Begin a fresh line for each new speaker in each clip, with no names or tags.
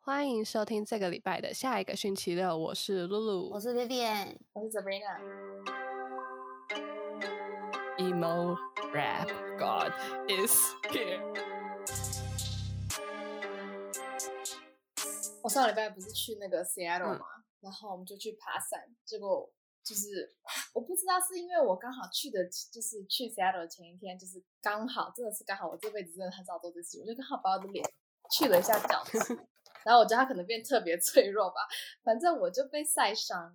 欢迎收听这个礼拜的下一个星期六，我是露露，
我是 Vivian，
我是
嗯
Sabrina。
Emo Rap God is here。
我上礼拜不是去那个 Seattle
嗯
嘛，然后我们就去爬山，结果就是我不知道是因为我刚好去的，就是去 Seattle 的前一天，就是刚好真的是刚好，我这辈子真的很少做这事，我就刚好把我的脸去了一下 角质，然后我觉得它可能变特别脆弱吧，反正我就被晒伤，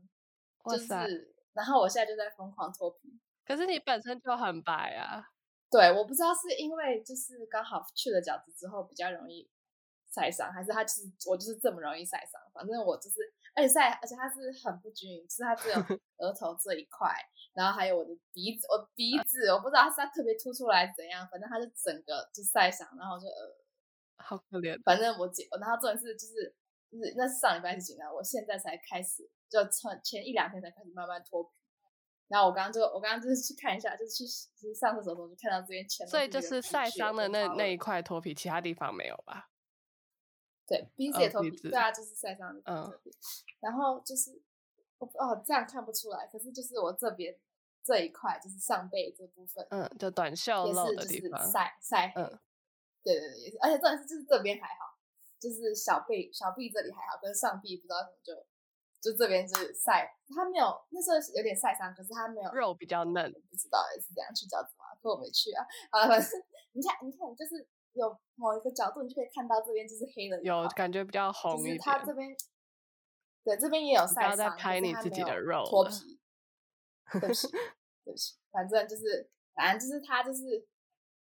哇
就
塞！
是，然后我现在就在疯狂脱皮，
可是你本身就很白啊，
对，我不知道是因为就是刚好去了角质之后比较容易晒伤，还是他就是我就是这么容易晒伤。反正我就是，而且晒，而且它是很不均匀，就是它只有额头这一块，然后还有我的鼻子，我鼻子我不知道它是它特别凸出来是怎样，反正它就整个就晒伤，然后我就呃，
好可怜。
反正我姐，然后重点是就是就是那是上礼拜的事情啊，我现在才开始，就从前一两天才开始慢慢脱皮。然后我刚刚就我刚刚就是去看一下，就是去就是上厕所的时候就看到这边前面
所以
有
就
一个
是
皮
晒
屑
伤的那
跟花
那
纹
一块脱皮，其他地方没有吧？
对鼻子
呃
也脱
鼻
皮，
子
对啊，就是晒伤的
嗯
这边。然后就是我不哦这样看不出来，可是就是我这边这一块就是上背这部分，
嗯，就短袖
也
露
是
的地
就
方。
是晒晒黑，
嗯
对对对，也是，而且重点是就是这边还好，就是小臂小臂这里还好，跟上臂不知道怎么就就这边就是晒，它没有那时候有点晒伤，可是它没有
肉比较嫩
我不知道是怎样去角质嘛，可我没去啊。 好了，反正你看你看就是有某一个角度，你就可以看到这边就是黑了一
有
块
感觉比较红
就
一
是
点。
它这边，对，这边也有晒
要
伤，
再
可
拍
是
你
它
自
没
己的
有
肉
脱
了
皮。对不起， 对不起，反正就是，反正就是它就是，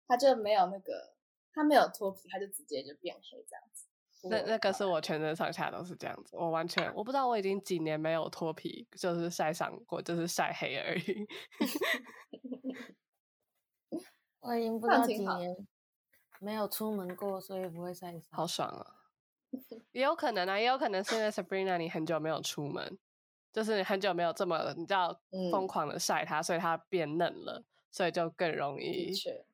它就没有那个，它没有脱皮，它就直接就变黑这样子。
那那个
是
是我全身上下都是这样子，我完 全我不知道我已经几年没有脱皮，就是晒伤过，就是晒黑而已。
我已经不
这
知
样
道
挺
几
好
年没有出门过，所以不会晒伤。
好爽啊！也有可能啊，也有可能是因为 Sabrina 你很久没有出门，就是你很久没有这么你知道疯
嗯
狂的晒它，所以它变嫩了，所以就更容易
的确，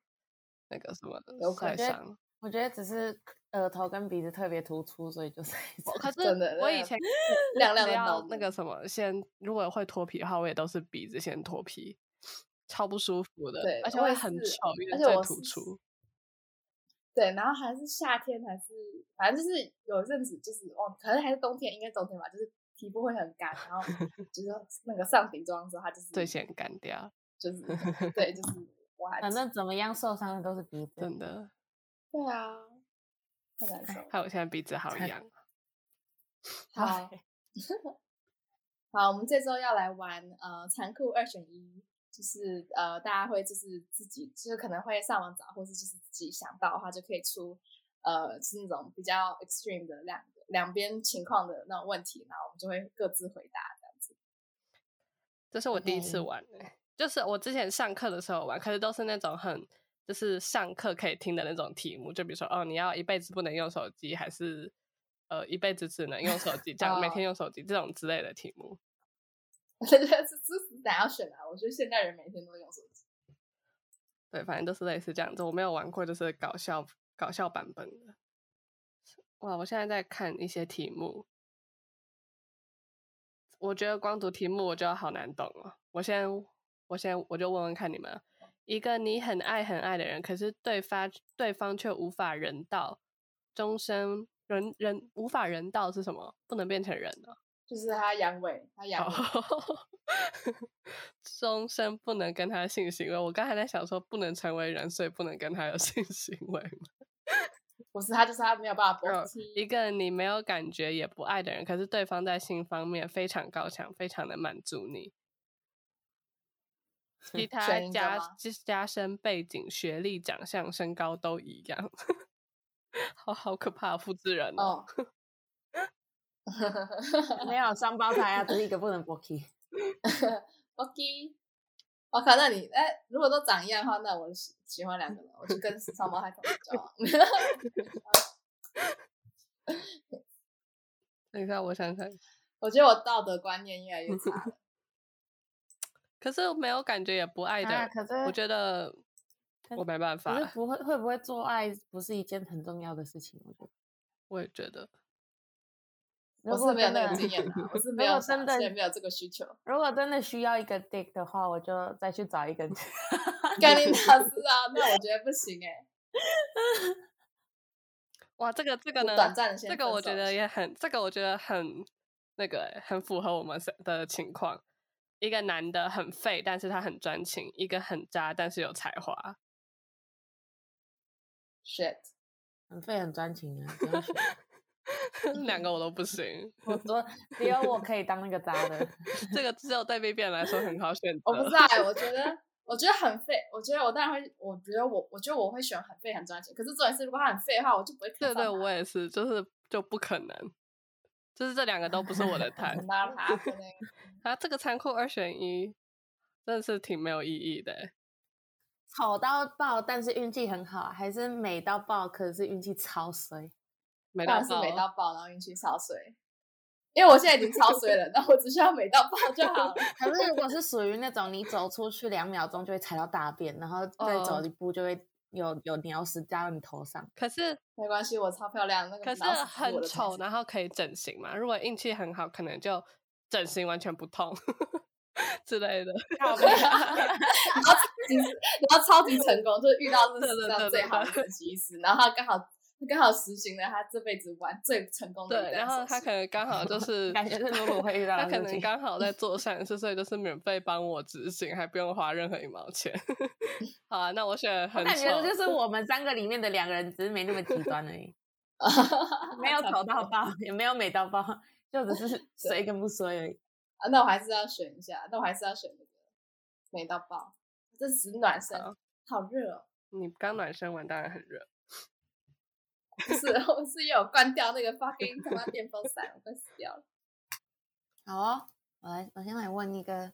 那个什么
有
晒
可
能觉得
伤。
我觉得只是额头跟鼻子特别突出，所以就晒
我可
伤。
真
是
的
我
那
以
个
前
亮亮
只
的
要
脑
那
子
个什么先，如果会脱皮的话，我也都是鼻子先脱皮，超不舒服的
对，
而且
我
会
也
很
是
丑，因为
而且
最
我
突
是
出。
对，然后还是夏天，还是反正就是有一阵子就是哦，可能还是冬天，应该冬天吧，就是皮肤会很干， 然后就是那个上顶妆的时候，它就是
最先干掉，
就是 对，就是我还
反正怎么样受伤的都是鼻子。
真的。
对啊，太难受了。
还有我现在鼻子好
惨
痒，
好，好，我们这周要来玩呃残酷二选一，就是呃大家会就是自己就是可能会上网找，或是就是自己想到的话就可以出呃是那种比较 extreme 的两两边情况的那种问题，然后我们就会各自回答这样子。
这是我第一次
OK
玩、欸，就是我之前上课的时候玩，可是都是那种很就是上课可以听的那种题目，就比如说哦，你要一辈子不能用手机，还是呃一辈子只能用手机，这样每天用手机这种之类的题目。
这这这是哪要选啊？我觉得现代人每天都用手机。
对，反正都是类似这样子。我没有玩过，就是搞笑搞笑版本的。哇，我现在在看一些题目，我觉得光读题目我就好难懂哦。我先我先我就问问看你们啊，一个你很爱很爱的人，可是对方对方却无法人道，终身人人无法人道是什么？不能变成人哦。
就是他阳痿，他阳痿，
哦 终身不能跟他性行为。我刚才在想说，不能成为人，所以不能跟他有性行为 吗。
不是他就是他没有办法
嗯
勃起。
一个你没有感觉也不爱的人，可是对方在性方面非常高强，非常的满足 你。其他
选一个
加
吗
加深背景、学历、长相、身高都一样， 好好可怕，复制人哦！
哦，
没有双胞胎啊，只是一个不能 b o k y
OK，我靠，那你哎、如果都长一样的话，那我喜喜欢两个人，我就跟双胞胎啊同学交往。
等一下，我想想，
我觉得我道德观念越来越差了。
可是没有感觉也不爱的人，
啊，可是
我觉得
可
我没办法
可是。不会会不会做爱不是一件很重要的事情，我觉得。
我也觉得，
如
我
果
是没有
真
那
的
个经验的，我是没有
如果
想
真的
所以没有这个 需求。
如果真的需要一个 dick 的话，我就再去找一根。
甘霖老师啊，那我觉得不行哎、
哇，这个这个
就
呢，
短暂的先
这个
分
我
手
觉
一
得
下
也很，这个我觉得很那个欸、很符合我们三的情况。一个男的很废，但是他很专情；一个很渣，但是有才华。
shit，
很费很专情啊，不要学
两个我都不行，
我说只有我可以当那个渣的。
这个只有对 B 变来说很好选择。
我不知道哎、我觉得。我觉得很废，我觉得我当然会，我觉得我，我觉得我会选很废很专情。可是重点是，如果他很废的话，我就不会看
对
上
对，
他
我也是，就是就不可能，就是这两个都不是我的菜
很邋遢的那个。
啊！这个残酷二选一，真的是挺没有意义的欸、
丑到爆，但是运气很好，还是美到爆，可是运气超衰。
没哦到
当然是美
爆
到爆，然后运气超衰。因为我现在已经超衰了， 那我只需要美到爆就好 了。
可是如果是属于那种你走出去两秒钟就会踩到大便，然后再走
哦
一步就会有有鸟屎掉到你头上，
可是
没关系，我超漂亮，那个
可是
老死我
很
的
丑，
东西
然后可以整形嘛？如果运气很好，可能就整形完全不痛 之类的。
然后超级然后超级成功，就是 遇到这世
对对对
上
对
最好的整形医师，然后他刚好他刚好实行了他这辈子玩最成功的
对，
一
然后
单手
他可
术。
能刚好就是
感觉是鲁鲁会遇到
他
的
可
事
能
情。
刚好在做善事，所以就是免费帮我执行，还不用花任何一毛钱。 好啊，那我选
我
很丑
感，觉就是我们三个里面的两个人，只是没那么极端而 已，没有丑到爆，也没有美到爆，就 只是衰跟不衰而已。
啊，那我还是要选一下，那我还是要选那个美到爆，这只是暖身
好，
好热哦。
你刚暖身完当然很热。
不是， 我是又有关掉那个 fucking 他妈电风扇，我快死掉了。
好哦，我来，我先来问一个，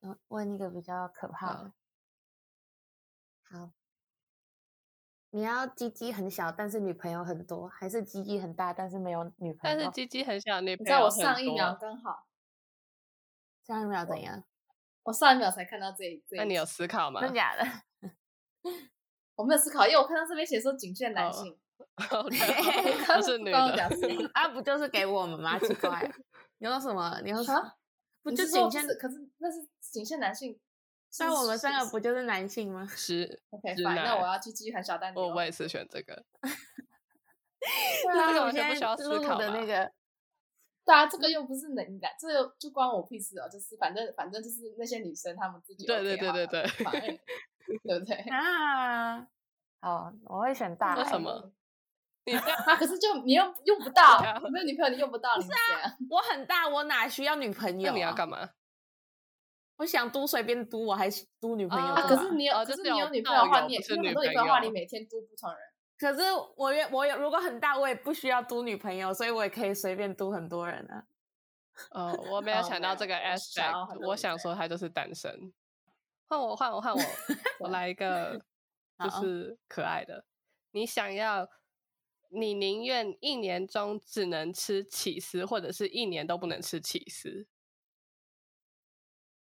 呃问一个比较可怕
好
的。好，你要鸡鸡很小，但是女朋友很多，还是鸡鸡很大，但是没有女朋
但
友？
是鸡鸡很小，你
你
朋
知道
友
我
很
上一
多
秒，刚好
这样要怎样？
我上一秒才看到这一这一集，
那你有思考吗？
真假的？
我没有思考，因为我看到这边写说警戒男性，
我是女
刚刚
哦的
讲，什么？
啊，不就是给我们吗？奇 怪了，你有什么？你有什么
啊？
不
你
就是仅
说不
限？
是可是那是警戒男性，
那我们三个不
就
就是男性吗？
是
OK？
直
反
男哦
那我要去继续很小哦但
我我也是选这个。
那
这个
我
完
们
全不
现
需
在
要思
录
考
的
吧
那个，
对啊，这个又不是能感，这个就关我屁事哦。就是反正反正就是那些女生她们自己
对对
OK
对
好了
对对
反正对不对？
啊，好，我会选大。
为什么？你这样
啊，可是就你用用不到
对啊，
没有女朋友你用不到，你是
啊
这样。
我很大，我哪需要女朋友、
那
啊？
你要干嘛？
我想嘟随便嘟，我还是嘟女朋友
啊
干
啊，
嘛、
可是你有，
哦
可
就是是
你
有
有女朋
炮
友的话，
友
你也
不是
你有
女
很多
朋
女朋友的话，
友
你每天都不同人。
可是我也我有，如果很大，我也不需要嘟女朋友，所以我也可以随便嘟很多人啊。
哦，我没有
哦
想
没
到
有
这个
我想要
aspect，
很多
我
女
想
生
说他就是单身。换我，换我，换我，我来一 个就
好
是可爱的。你想要，你宁愿一年中只能吃起司，或者是一年都不能吃起司？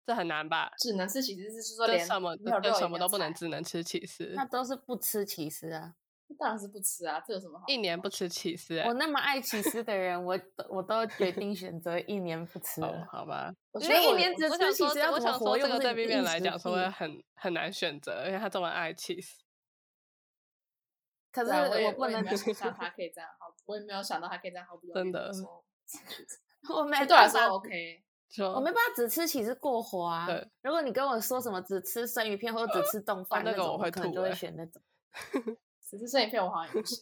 这很难吧？
只能吃，其实是说
这
连
什么
没有
这
肉也
什么
没有
都不能，
菜
只能吃起司。
那都是不吃起司啊！
当然是不吃啊，这有什么好？
一年不吃起司、
我
欸？
那么爱起司的人，我都我都决定选择一年不吃
哦，
了。
好吧。
我
因
觉
为
得
一
我
年只
我
吃
想
起
说
司
这，
要
我
怎么
想说
活？
这
又
个
不
对
是
B
你
面
一
来
时
讲说
地
会很很难选择，因为他这么爱 cheese。
可是
对啊我也
不
也
能
没有想象 他可以这样好，我也没有想到他可以这样毫不犹
真
豫地
的
说。
我没
哎对我来
办
说
法
OK，
说
哦
我没办法只吃起司过活啊
对。
如果你跟我说什么只吃生鱼片或者只吃
哦
冻饭
那个
种，
我
我
会
可能
吐
就会
欸
选那种。
只是生鱼片我好像也不吃，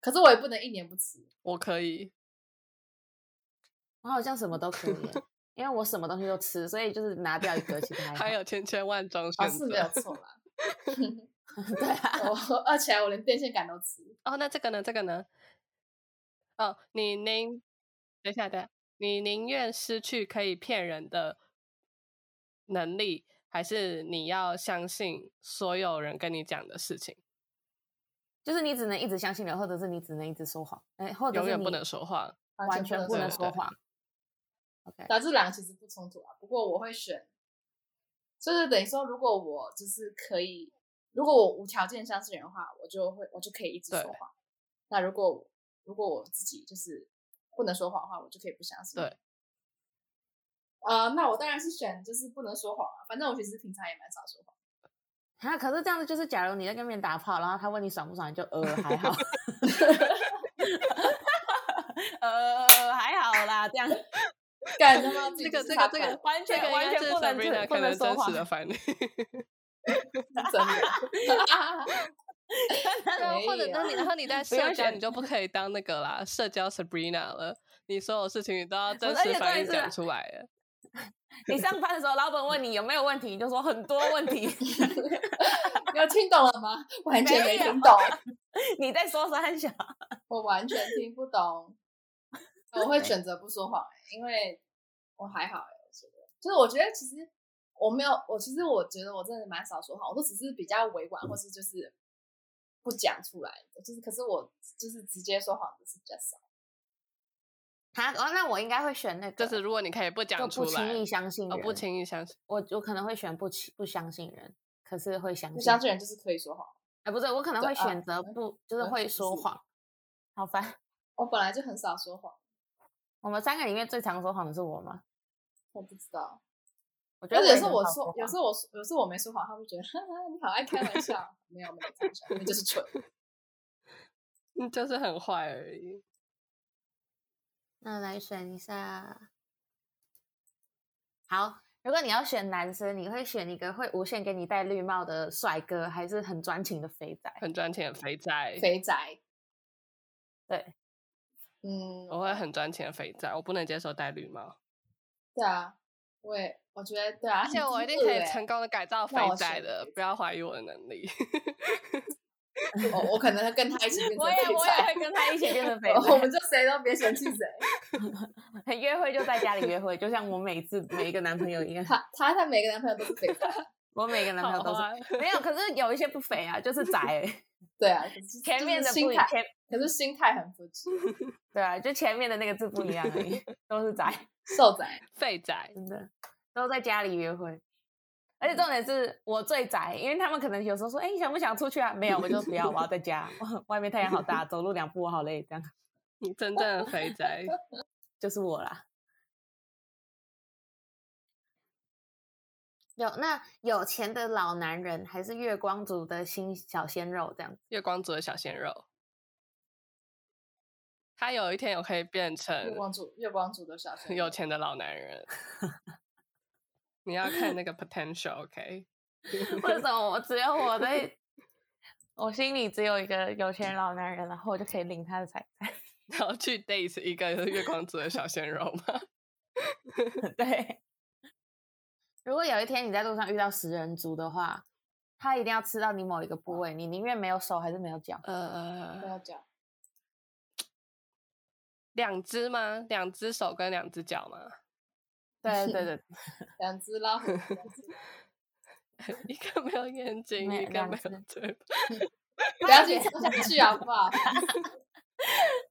可是我也不能一年不吃。
我可以，
我好像什么都可以欸，因为我什么东西都吃，所以就是拿掉一个，其他
还有哦千千万种
啊，
选
是
择。
没有错啦。
对啊，
我 而且我连电线杆都吃，
哦，那这个呢？这个呢？哦，你宁等一下，等一下，你宁愿失去可以骗人的能力，还是你要相信所有人跟你讲的事情，
就是你只能一直相信人，或者是你只能一直说谎，哎，或者
永
是
远不
你
能说谎？
完全不
说
对
能
谎
说
对
谎。OK，
那这两个其实不冲突啊，不过我会选，就是等于说，如果我就是可以，如果我无条件相信人的话，我就会我就可以一直说
对
谎。那如果如果我自己就是不能说谎的话，我就可以不相信。
对，
呃，那我当然是选就是不能说谎啊。反正我其实平常也蛮少说谎。
啊，可是这样子就是，假如你在跟别人打炮，然后他问你爽不爽，你就呃还好，呃还好 啦，这样
干他妈自己
这个
就是
这
插
个这个
管
完
这
全
个
完
应该是
全不能
Sabrina
不
可
能
能
说
真
谎
实，的反应。
是 真 的。
对啊，或者
没
当
有
你 然后你在社
要
交，
选
你就不可以当那个啦，社交 Sabrina 了。你所有事情你都要真
而
实
且重
反
点
应
是
讲出来了。
你上班的时候，老板问你有没有问题，你就说很多问题。
有听懂了吗？ 完全
没
没
有
听懂，
你在说三小？
我完全听不 懂。我
哎
会选择不说谎、因为我还好、欸，我觉得，就是我觉得其实我没有，我其实我觉得我真的蛮少说谎，我都只是比较委婉，或是就是不讲出来的，就是可是我就是直接说谎的是比较少。
他哦，那我应该会选那个，
就是如果你可以不
就
讲出
不
来，
轻易相信
哦
人，
不轻易相信。
我我可能会选不轻不相信人，可是会相
不
信。
相信人就是可以说谎，
哎，不对，我可能
对
会
啊
选择
嗯
不，就是
嗯
会
就
说
是
谎。好烦，
我本来就很少说谎，
我们三个里面最常说谎的是我吗？
我不知道。
我觉
但
得
是有时
也
候
很
我
少
说，有
谎
时候我说，有时候我没说谎，他们觉得哈哈，你好爱开玩笑。没有，没有开玩笑，你就是蠢。
嗯，就是很坏而已。
那来选一下。好，如果你要选男生，你会选一个会无限给你戴绿帽的帅哥，还是很专情的肥 仔？
很专情的肥宅，
肥宅，
对，
嗯，
我会很专情的肥宅，我不能接受戴绿帽，
对啊，我也我觉得对啊，
而且我 一定可以成功的改造肥
那我
宅
选
的
肥，
不要怀疑我的能力。
功。我我可能会跟他一起 变成
我也
肥
我也
宅，
会跟他一起变成肥
我
仔
们就谁都别嫌弃谁。，
很 约会就在家里约会，就像我每次每一个男朋友一 样，
他他他每个男朋友都是肥宅，
我每个男朋友
好
都是
啊，
没有，可是有一些不肥啊，就是 宅欸、
对啊，可是
前
就是
面的不
心
一
态，
前
可是心态很不值，
对啊，就前面的那个字不一样而 已，都是宅，
瘦 宅。
废宅，
真的都在家里约会。而且重点是我最宅，因为他们可能有时候说：“哎、你想不想出去啊？”没有，我就不要，我要在家。哇外面太阳好大，走路两步我好累，这样
你真正的肥宅，
就是我啦。有那有钱的老男人，还是月光族的新小鲜肉这样子？
月光族的小鲜肉。他有一天有可以变
月
成
光族，月光族的小
很
生
有钱的老男人。 你要看那个 potential，OK？、
为什么我只有我 在，我心里只有一个有钱老男人，然后我就可以领他的财产？
然后去 date 一个月光族的小鲜肉吗？
对。 如果有一天你在路上遇到食人族的话，他一定要吃到你某一个部位，你宁愿没有手还是没有脚？
不
呃，
要讲，
两只吗？两只手跟两只脚吗？
对对 对，
两只老虎，两只
一个没有眼睛，
没
一
有
个
两
没有嘴巴。
不要去唱下去好不好？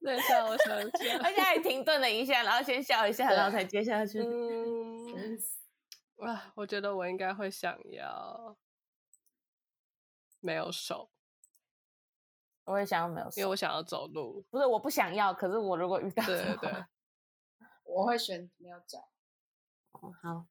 等一下，我想一 下。
而且还停顿了一下，然后先笑一下，然后才接下去。
嗯，哇，我觉得我应该会想要没有手，
我也想要没有
因为
手，
我想要走路。
不是我不想要，可是我如果遇到
对
的
对 对
话，
我会选没有脚，
哦好，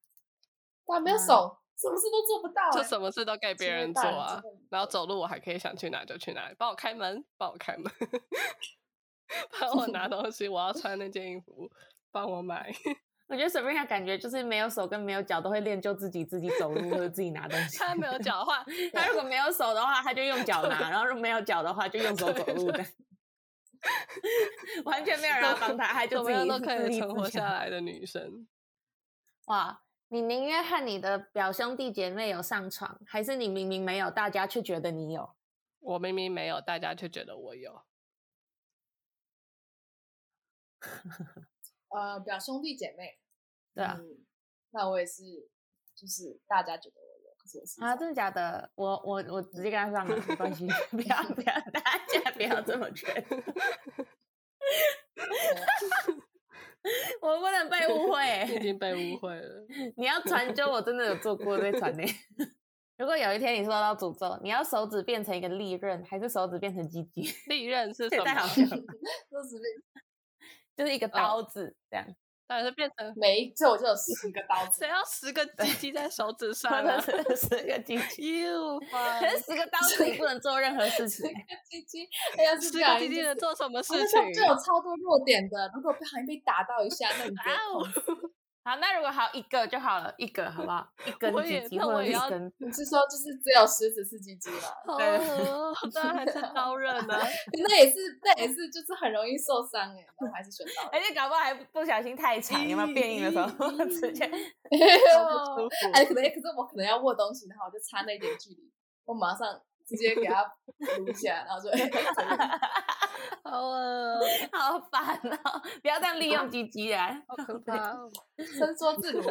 但没有手，什么事都做不到、
嗯就
欸。
什么事都给别
其实
人做
大人
啊
真的，
然后走路我还可以想去哪就去哪里，帮我开门，帮我开门， 帮我拿东西，我要穿那件衣服，帮我买。
我觉得 Sabrina 感觉就是没有手跟没有脚都会练就自己自己走路或者自己拿东西。
他没有脚的话，
他如果没有手的话，他就 用脚拿；然后如果没有脚的话，就用手走路的。 完全没有人要帮他， 他就
怎么
自己啊
样都可
自
以
立
存
自
活
强
下来的女生，
哇！你宁愿和你的表兄弟姐妹有上床，还是你明明没有，大家却觉得你有？
我明明没有，大家却觉得我有。
呃，表兄弟姐妹，
对啊，
嗯，那我也是，就是大家觉得我有，可是我是
啊，真的假的？我我我直接跟他上了，没关系， 不要不要，大家不要这么觉得， 我不能被误 会欸、
你已经被误会了，
你要传就我真的 有做过在传呢。如果有一天你受到诅咒，你要手指变成一个利刃，还是手指变成鸡鸡？
利刃是
这
什
也太好
么？
笑了！
这十遍，
就是一个刀子这样，
当然是变成
每一次我就有十个刀子
谁，要十个鸡鸡在手指上
或
啊
者是 十个鸡鸡。
？You，
可是十个刀子你不能做任何事
十
情
个，鸡鸡，哎呀，是
十
不
个
小
鸡
心
鸡
就是
能做什么事
那
情
上？就有超多弱点的，如果不小心被打到一下，那你就
啊
痛死。
哦 好，那如果好一个就好了，一个好不好？一根
我也
鸡鸡
那
或
我
者
也
一
要
根，
你是说就是只有食指是鸡鸡吗？
好
对
恶哦，当然还是刀刃呢。
那也是，那也是，就是很容易受伤哎、那我还是选 到了。
而且搞不好还不小心太长，有没有变硬的时候 直接
超不舒服
哎，可能可是我可能要握东西，然后我就差那一点距离，我马上直接给它撸起来，然后就
好恶哦，
好烦哦！不要这样利用鸡鸡啊！
好可怕哦！
伸缩自如。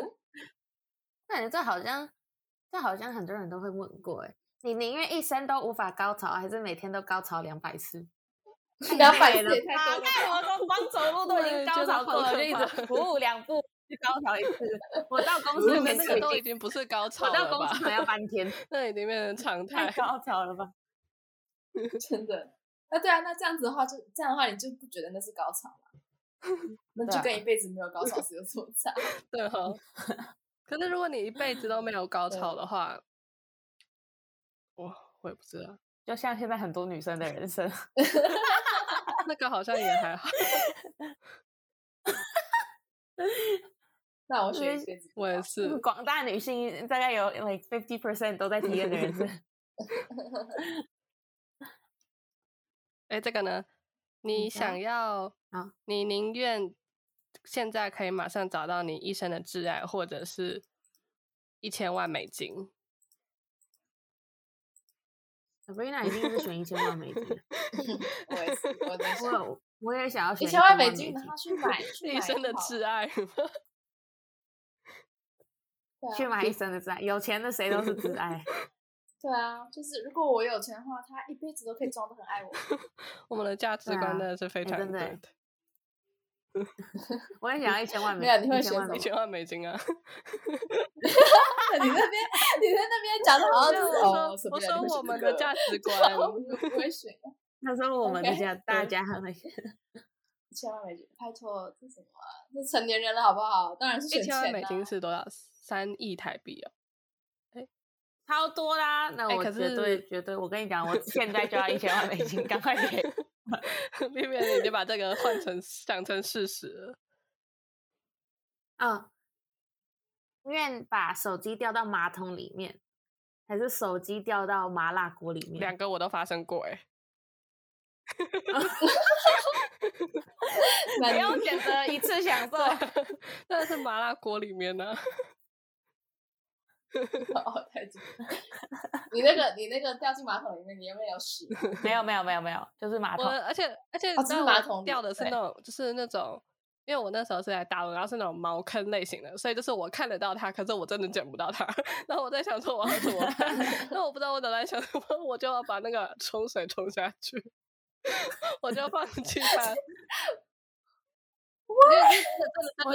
那你这好像，这好像很多人都会问过哎，你宁愿一生都无法高潮，还是每天都高潮两百 次？
两百
累
次
了
也太多
吧
了
看我说光走路都已经高潮过了，就一直服务两步去高潮一次。 我到公司每
那
次
个
已
都
经
已经不是高潮
我哎到
了
公
吧
司？可能要半 天，
那已经变成常
太
态。
高潮了吧？
真的。 那对啊，那这样子的话就，这样的话，你就不觉得那是高潮了？ 那
对
就
啊
跟一辈子没有高潮是有什么差？
对哈、可是如果你一辈子都没有高潮的话，我我也不知道，
就像现在很多女生的人生，
那个好像也还好，
那我选一辈子。
我也是。
广大女性大概有 like fifty percent 都在体验的人 生。
哎，这个呢，你
你讲
想要
好
你宁愿现在可以马上找到你一生的挚爱，或者是一千万美金？
Sabrina 一定是选一千万美金的，
我也是，我在
我
想。
有我也想要选
一千万
美
美金，然后去买， 去买
一生的
就好
挚爱 吗？
对啊
去买一生的挚爱，有钱的谁都是挚爱。
对啊，就是如果我有钱的话，他一辈子都可以装的很 爱我。
我们的价值
对
观
啊
真的是非
哎
常
真的
对
哎我也想要一千万美
没有你会
一千
选
万
什
一
美
么
金。
千万美金啊！
你那边，你在那边讲的好像就是
我说
哦，什么
我
人
说
就是
我们
这
的
个 哦
价值观，
我不会选
他说我们的
OK
家大家很会，
一千万美金，拜托，这什么啊？这成年人了好不好？当然是选
一千万
钱
美
啊
金是多少？三亿台币哦。
超多啦。那
哎
我
可
绝对
是
绝对，我跟你讲，我现在就要一千万美金，赶快 给。
那边已经把这个换成想成事实了。
嗯，愿把手机掉到马桶里面，还是手机掉到麻辣锅里面？
两个我都发生过哎、
那你
选择一次享 受
但是麻辣锅里面呢、
哦，太紧张。你那个，你那个掉进马桶里面，你有没有屎啊？
没有没有没有没有，就是马
我
桶。
而且而且你
哦
知
就是
道
马
我
桶里
掉的是
对
那种就是那种，因为我那时候是来大陆，然后是那种茅坑类型的，所以就是我看得到它，可是我真的捡不到它。 然后我在想说我要怎么办， 那我不知道我本来想什么，我就要把那个冲水冲下去， 我就要放弃它。因
我
为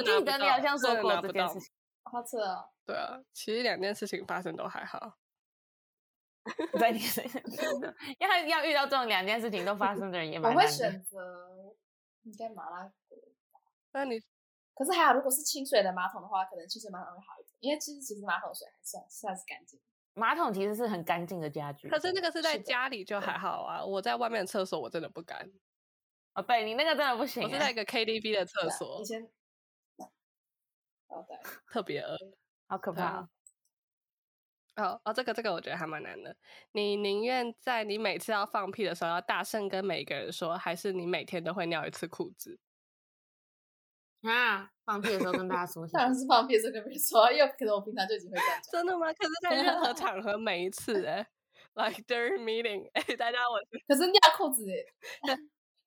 这个真的真的拿不
记得你好
到
像说
真的
过
拿
这
不
件
到
事情，
好扯哦！
对啊，其实两件事情发生都还好。
在你 身上要要遇到这种两件事情都发生的人也
我
蛮难
会
的
选择应该麻辣锅。
那你
可是还好，如果是清水的马桶的话，可能清水马桶会好一点，因为其实其实马桶水还算算是干净的。
马桶其实是很干净的家具，
可是那个是在
是的
家里就还好啊，我在外面的厕所我真的不敢，
哦，对你那个真的不行
我
啊。
是在一个 KTV 的厕
对啊
所
以，前，哦对，
特别恶。
好可
对
怕
啊
哦。
哦哦，这个这个我觉得还蛮难的。你宁愿在你每次要放屁的时候要大声跟每一个人说，还是你每天都会尿一次裤子？
啊！放屁的时候跟大家说一
当
下
然，是放屁的时候跟别人说，因为可能我平常就已经会这样讲。
真的吗？可是，在任 何场合每一次、欸，like during meeting，哎、大家我
可是尿裤子耶，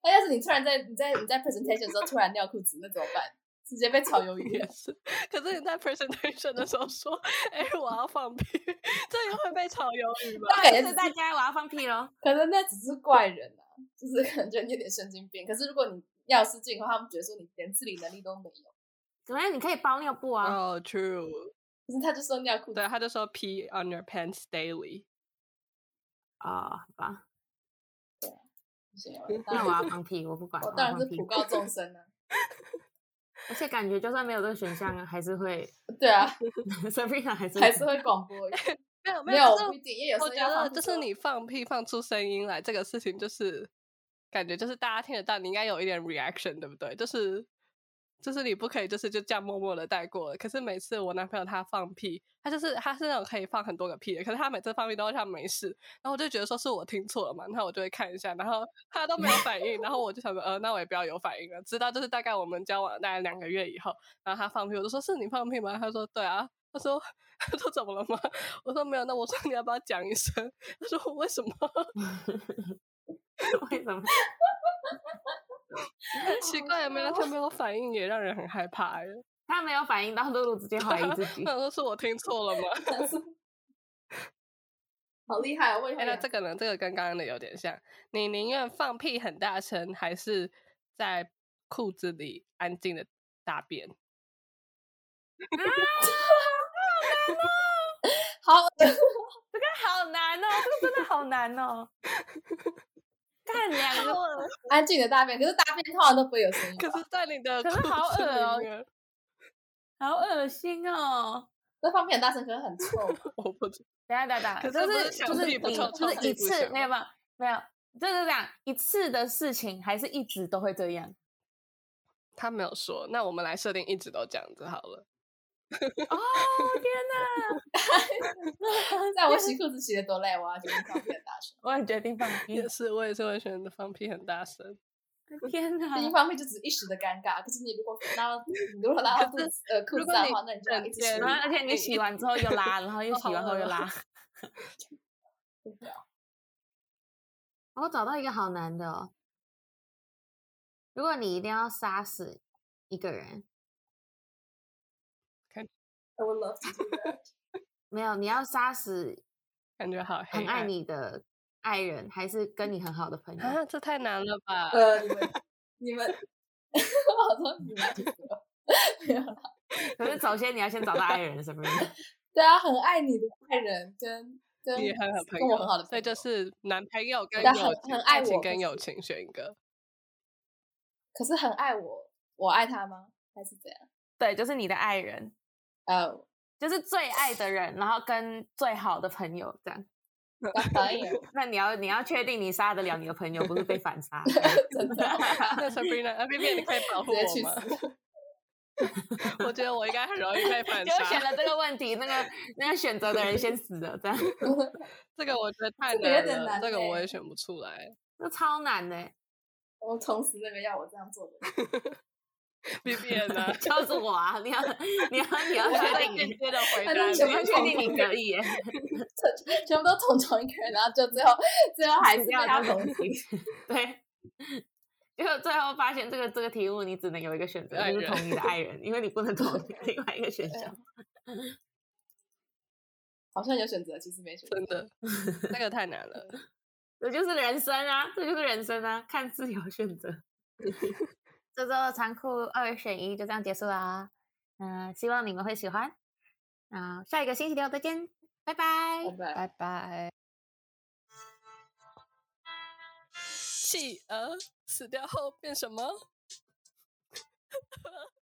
那要是你突然在你在你在 presentation 的时候突然尿裤子，那怎么办？直接被炒鱿鱼
也是。可是你在 presentation 的时候说，哎、我要放屁， 这也会被炒鱿鱼吗？
那感
但
觉只
是
是
大家我要放屁喽。
可能那只是怪人啊，就是 可能觉得你有点神经病。可是如果你尿失禁的话，他们觉得说你连自理能力都没有。
怎么样？你可以包尿布啊。
哦、t r u e
可是他就说尿裤子
对，，他就说 pee
哦
on your pants daily。
啊，好吧。
不行，我当
那
然
我要放屁，我不管，
我
要
当然
放
是
屁
普告众生 啊。
而且感觉就算没有这个选项，啊还是会
对啊，
Sabrina 还是
还是会广播一下。
没有
没
有，
有
就是
不一定，因为有时
我
候
觉
要
得
放不
就是
出
你放屁放出声音来这个事情，就是感觉就是大家听得到，你应该有一点 reaction，对不对？就是就是你不可以就是就这样默默的带过了。可是每次我男朋友他放屁，他就是他是那种可以放很多个屁的，可是他每次放屁都会像没事，然后我就觉得说是我听错了嘛，然后我就会看一下，然后他都没有反应，然后我就想说呃，那我也不要有反应了。直到就是大概我们交往大概两个月以后，然后他放屁，我就说是你放屁吗？他说对啊。他说：“ 他说怎么了吗？”我说没有，那我说你要不要讲一声？他说为什么？
为什么？
很奇
哦
怪，没有他没有反应，也让人很害怕耶。
他没有反应到露露，直接怀疑自 己
我。想说是我听错了吗？
好厉害、哦！我以后
哎，那
也
这个呢？这个跟刚刚的有点像。你宁愿放屁很大声，还是在裤子里安静的大便？
好，
好难哦，这个真的好难哦。看两个，
安静的大便，可是大便通常都不会有声音吧，
可是，在你的
可是
裤
好
子
恶哦
里面，
好恶心哦。
那放屁很大声，可是很 臭。
我不知
等一下等一下，
可是
就
不
是
是想
就是
自己
你
不臭
就
臭
是
自
一
己不
次，
想
没有没有没有，就是这样一次的事情，还是一直都会这样？
他没有说。那我们来设定一直都这样子好了。
哦天
在我洗裤子洗的多累，我要决定放屁很大声。
哪！ 我也决定放屁
也。是，我也是会选择放屁很大声。
天哪！
第一方面就只是一时的尴尬，可是你如果拉到，你如果拉到肚子呃裤
如
子
果
上
你
的话，那你就要一直洗
整
然
天
后，而且你洗完之后又拉，然后又洗完后又拉。
啊
哦我找到一个好难的哦。如果你一定要杀死一个人，
I would love to do that.
没有，你要杀死
感觉好黑
很爱
暗
你的爱人，还是跟你很好的朋友？
啊！这太难了吧？
呃，你们你们， 我说你们就是我没有啦
可是首先你要先找到爱人，是不是？
对啊，很爱你的爱人跟跟
你很好朋友，
跟我很好的朋
所以
友，
就是男朋友跟
但
友
很
情
很
爱
爱
情
我
跟
不
友
是
情选一个。
可是很爱我，我爱他吗？还是怎样？
对，就是你的爱人，
呃，
就是最爱的人，然后跟最好的朋友这样。
当导 演，
那你要你要确定你杀得了你的朋友，不是被反 杀。哎
真的
那 Sabrina，啊 B B，你可以保护
直
我
接去
吗？
死。
我觉得我应该很容易被反
就选
杀，
了这个问题，那个那个选择的人先死了，这样
这个我觉得太
这个有
难
点
了，
难欸
这个我
嘞
也选不出来。
这超难的、 欸
我从此那个要我这样做的人，
B B 呢？
就是我啊！你要你要你要
我现
确
在
定
间
你，
接的回
他
答
就是
你
全部
要
你，
确定你可以、耶欸
全全部都捅同一个人，然后就最后最后还是
死
被
掉
他
当
捅
同
死。
情。对，结果最后发现这个这个题目你只能有一个选择，
爱
就是
人
同你的爱人，因为你不能同另外一个选
对
项。
好像有选择，其实没选择。
真 的，那个太难了。
这就是人生啊，这就是人生啊，看自由选择。 这周的残酷二选一就这样结束啦，嗯、希望你们会喜欢。那、下一个星期六再见，拜拜。
拜拜。
拜。企鹅死掉后变什么？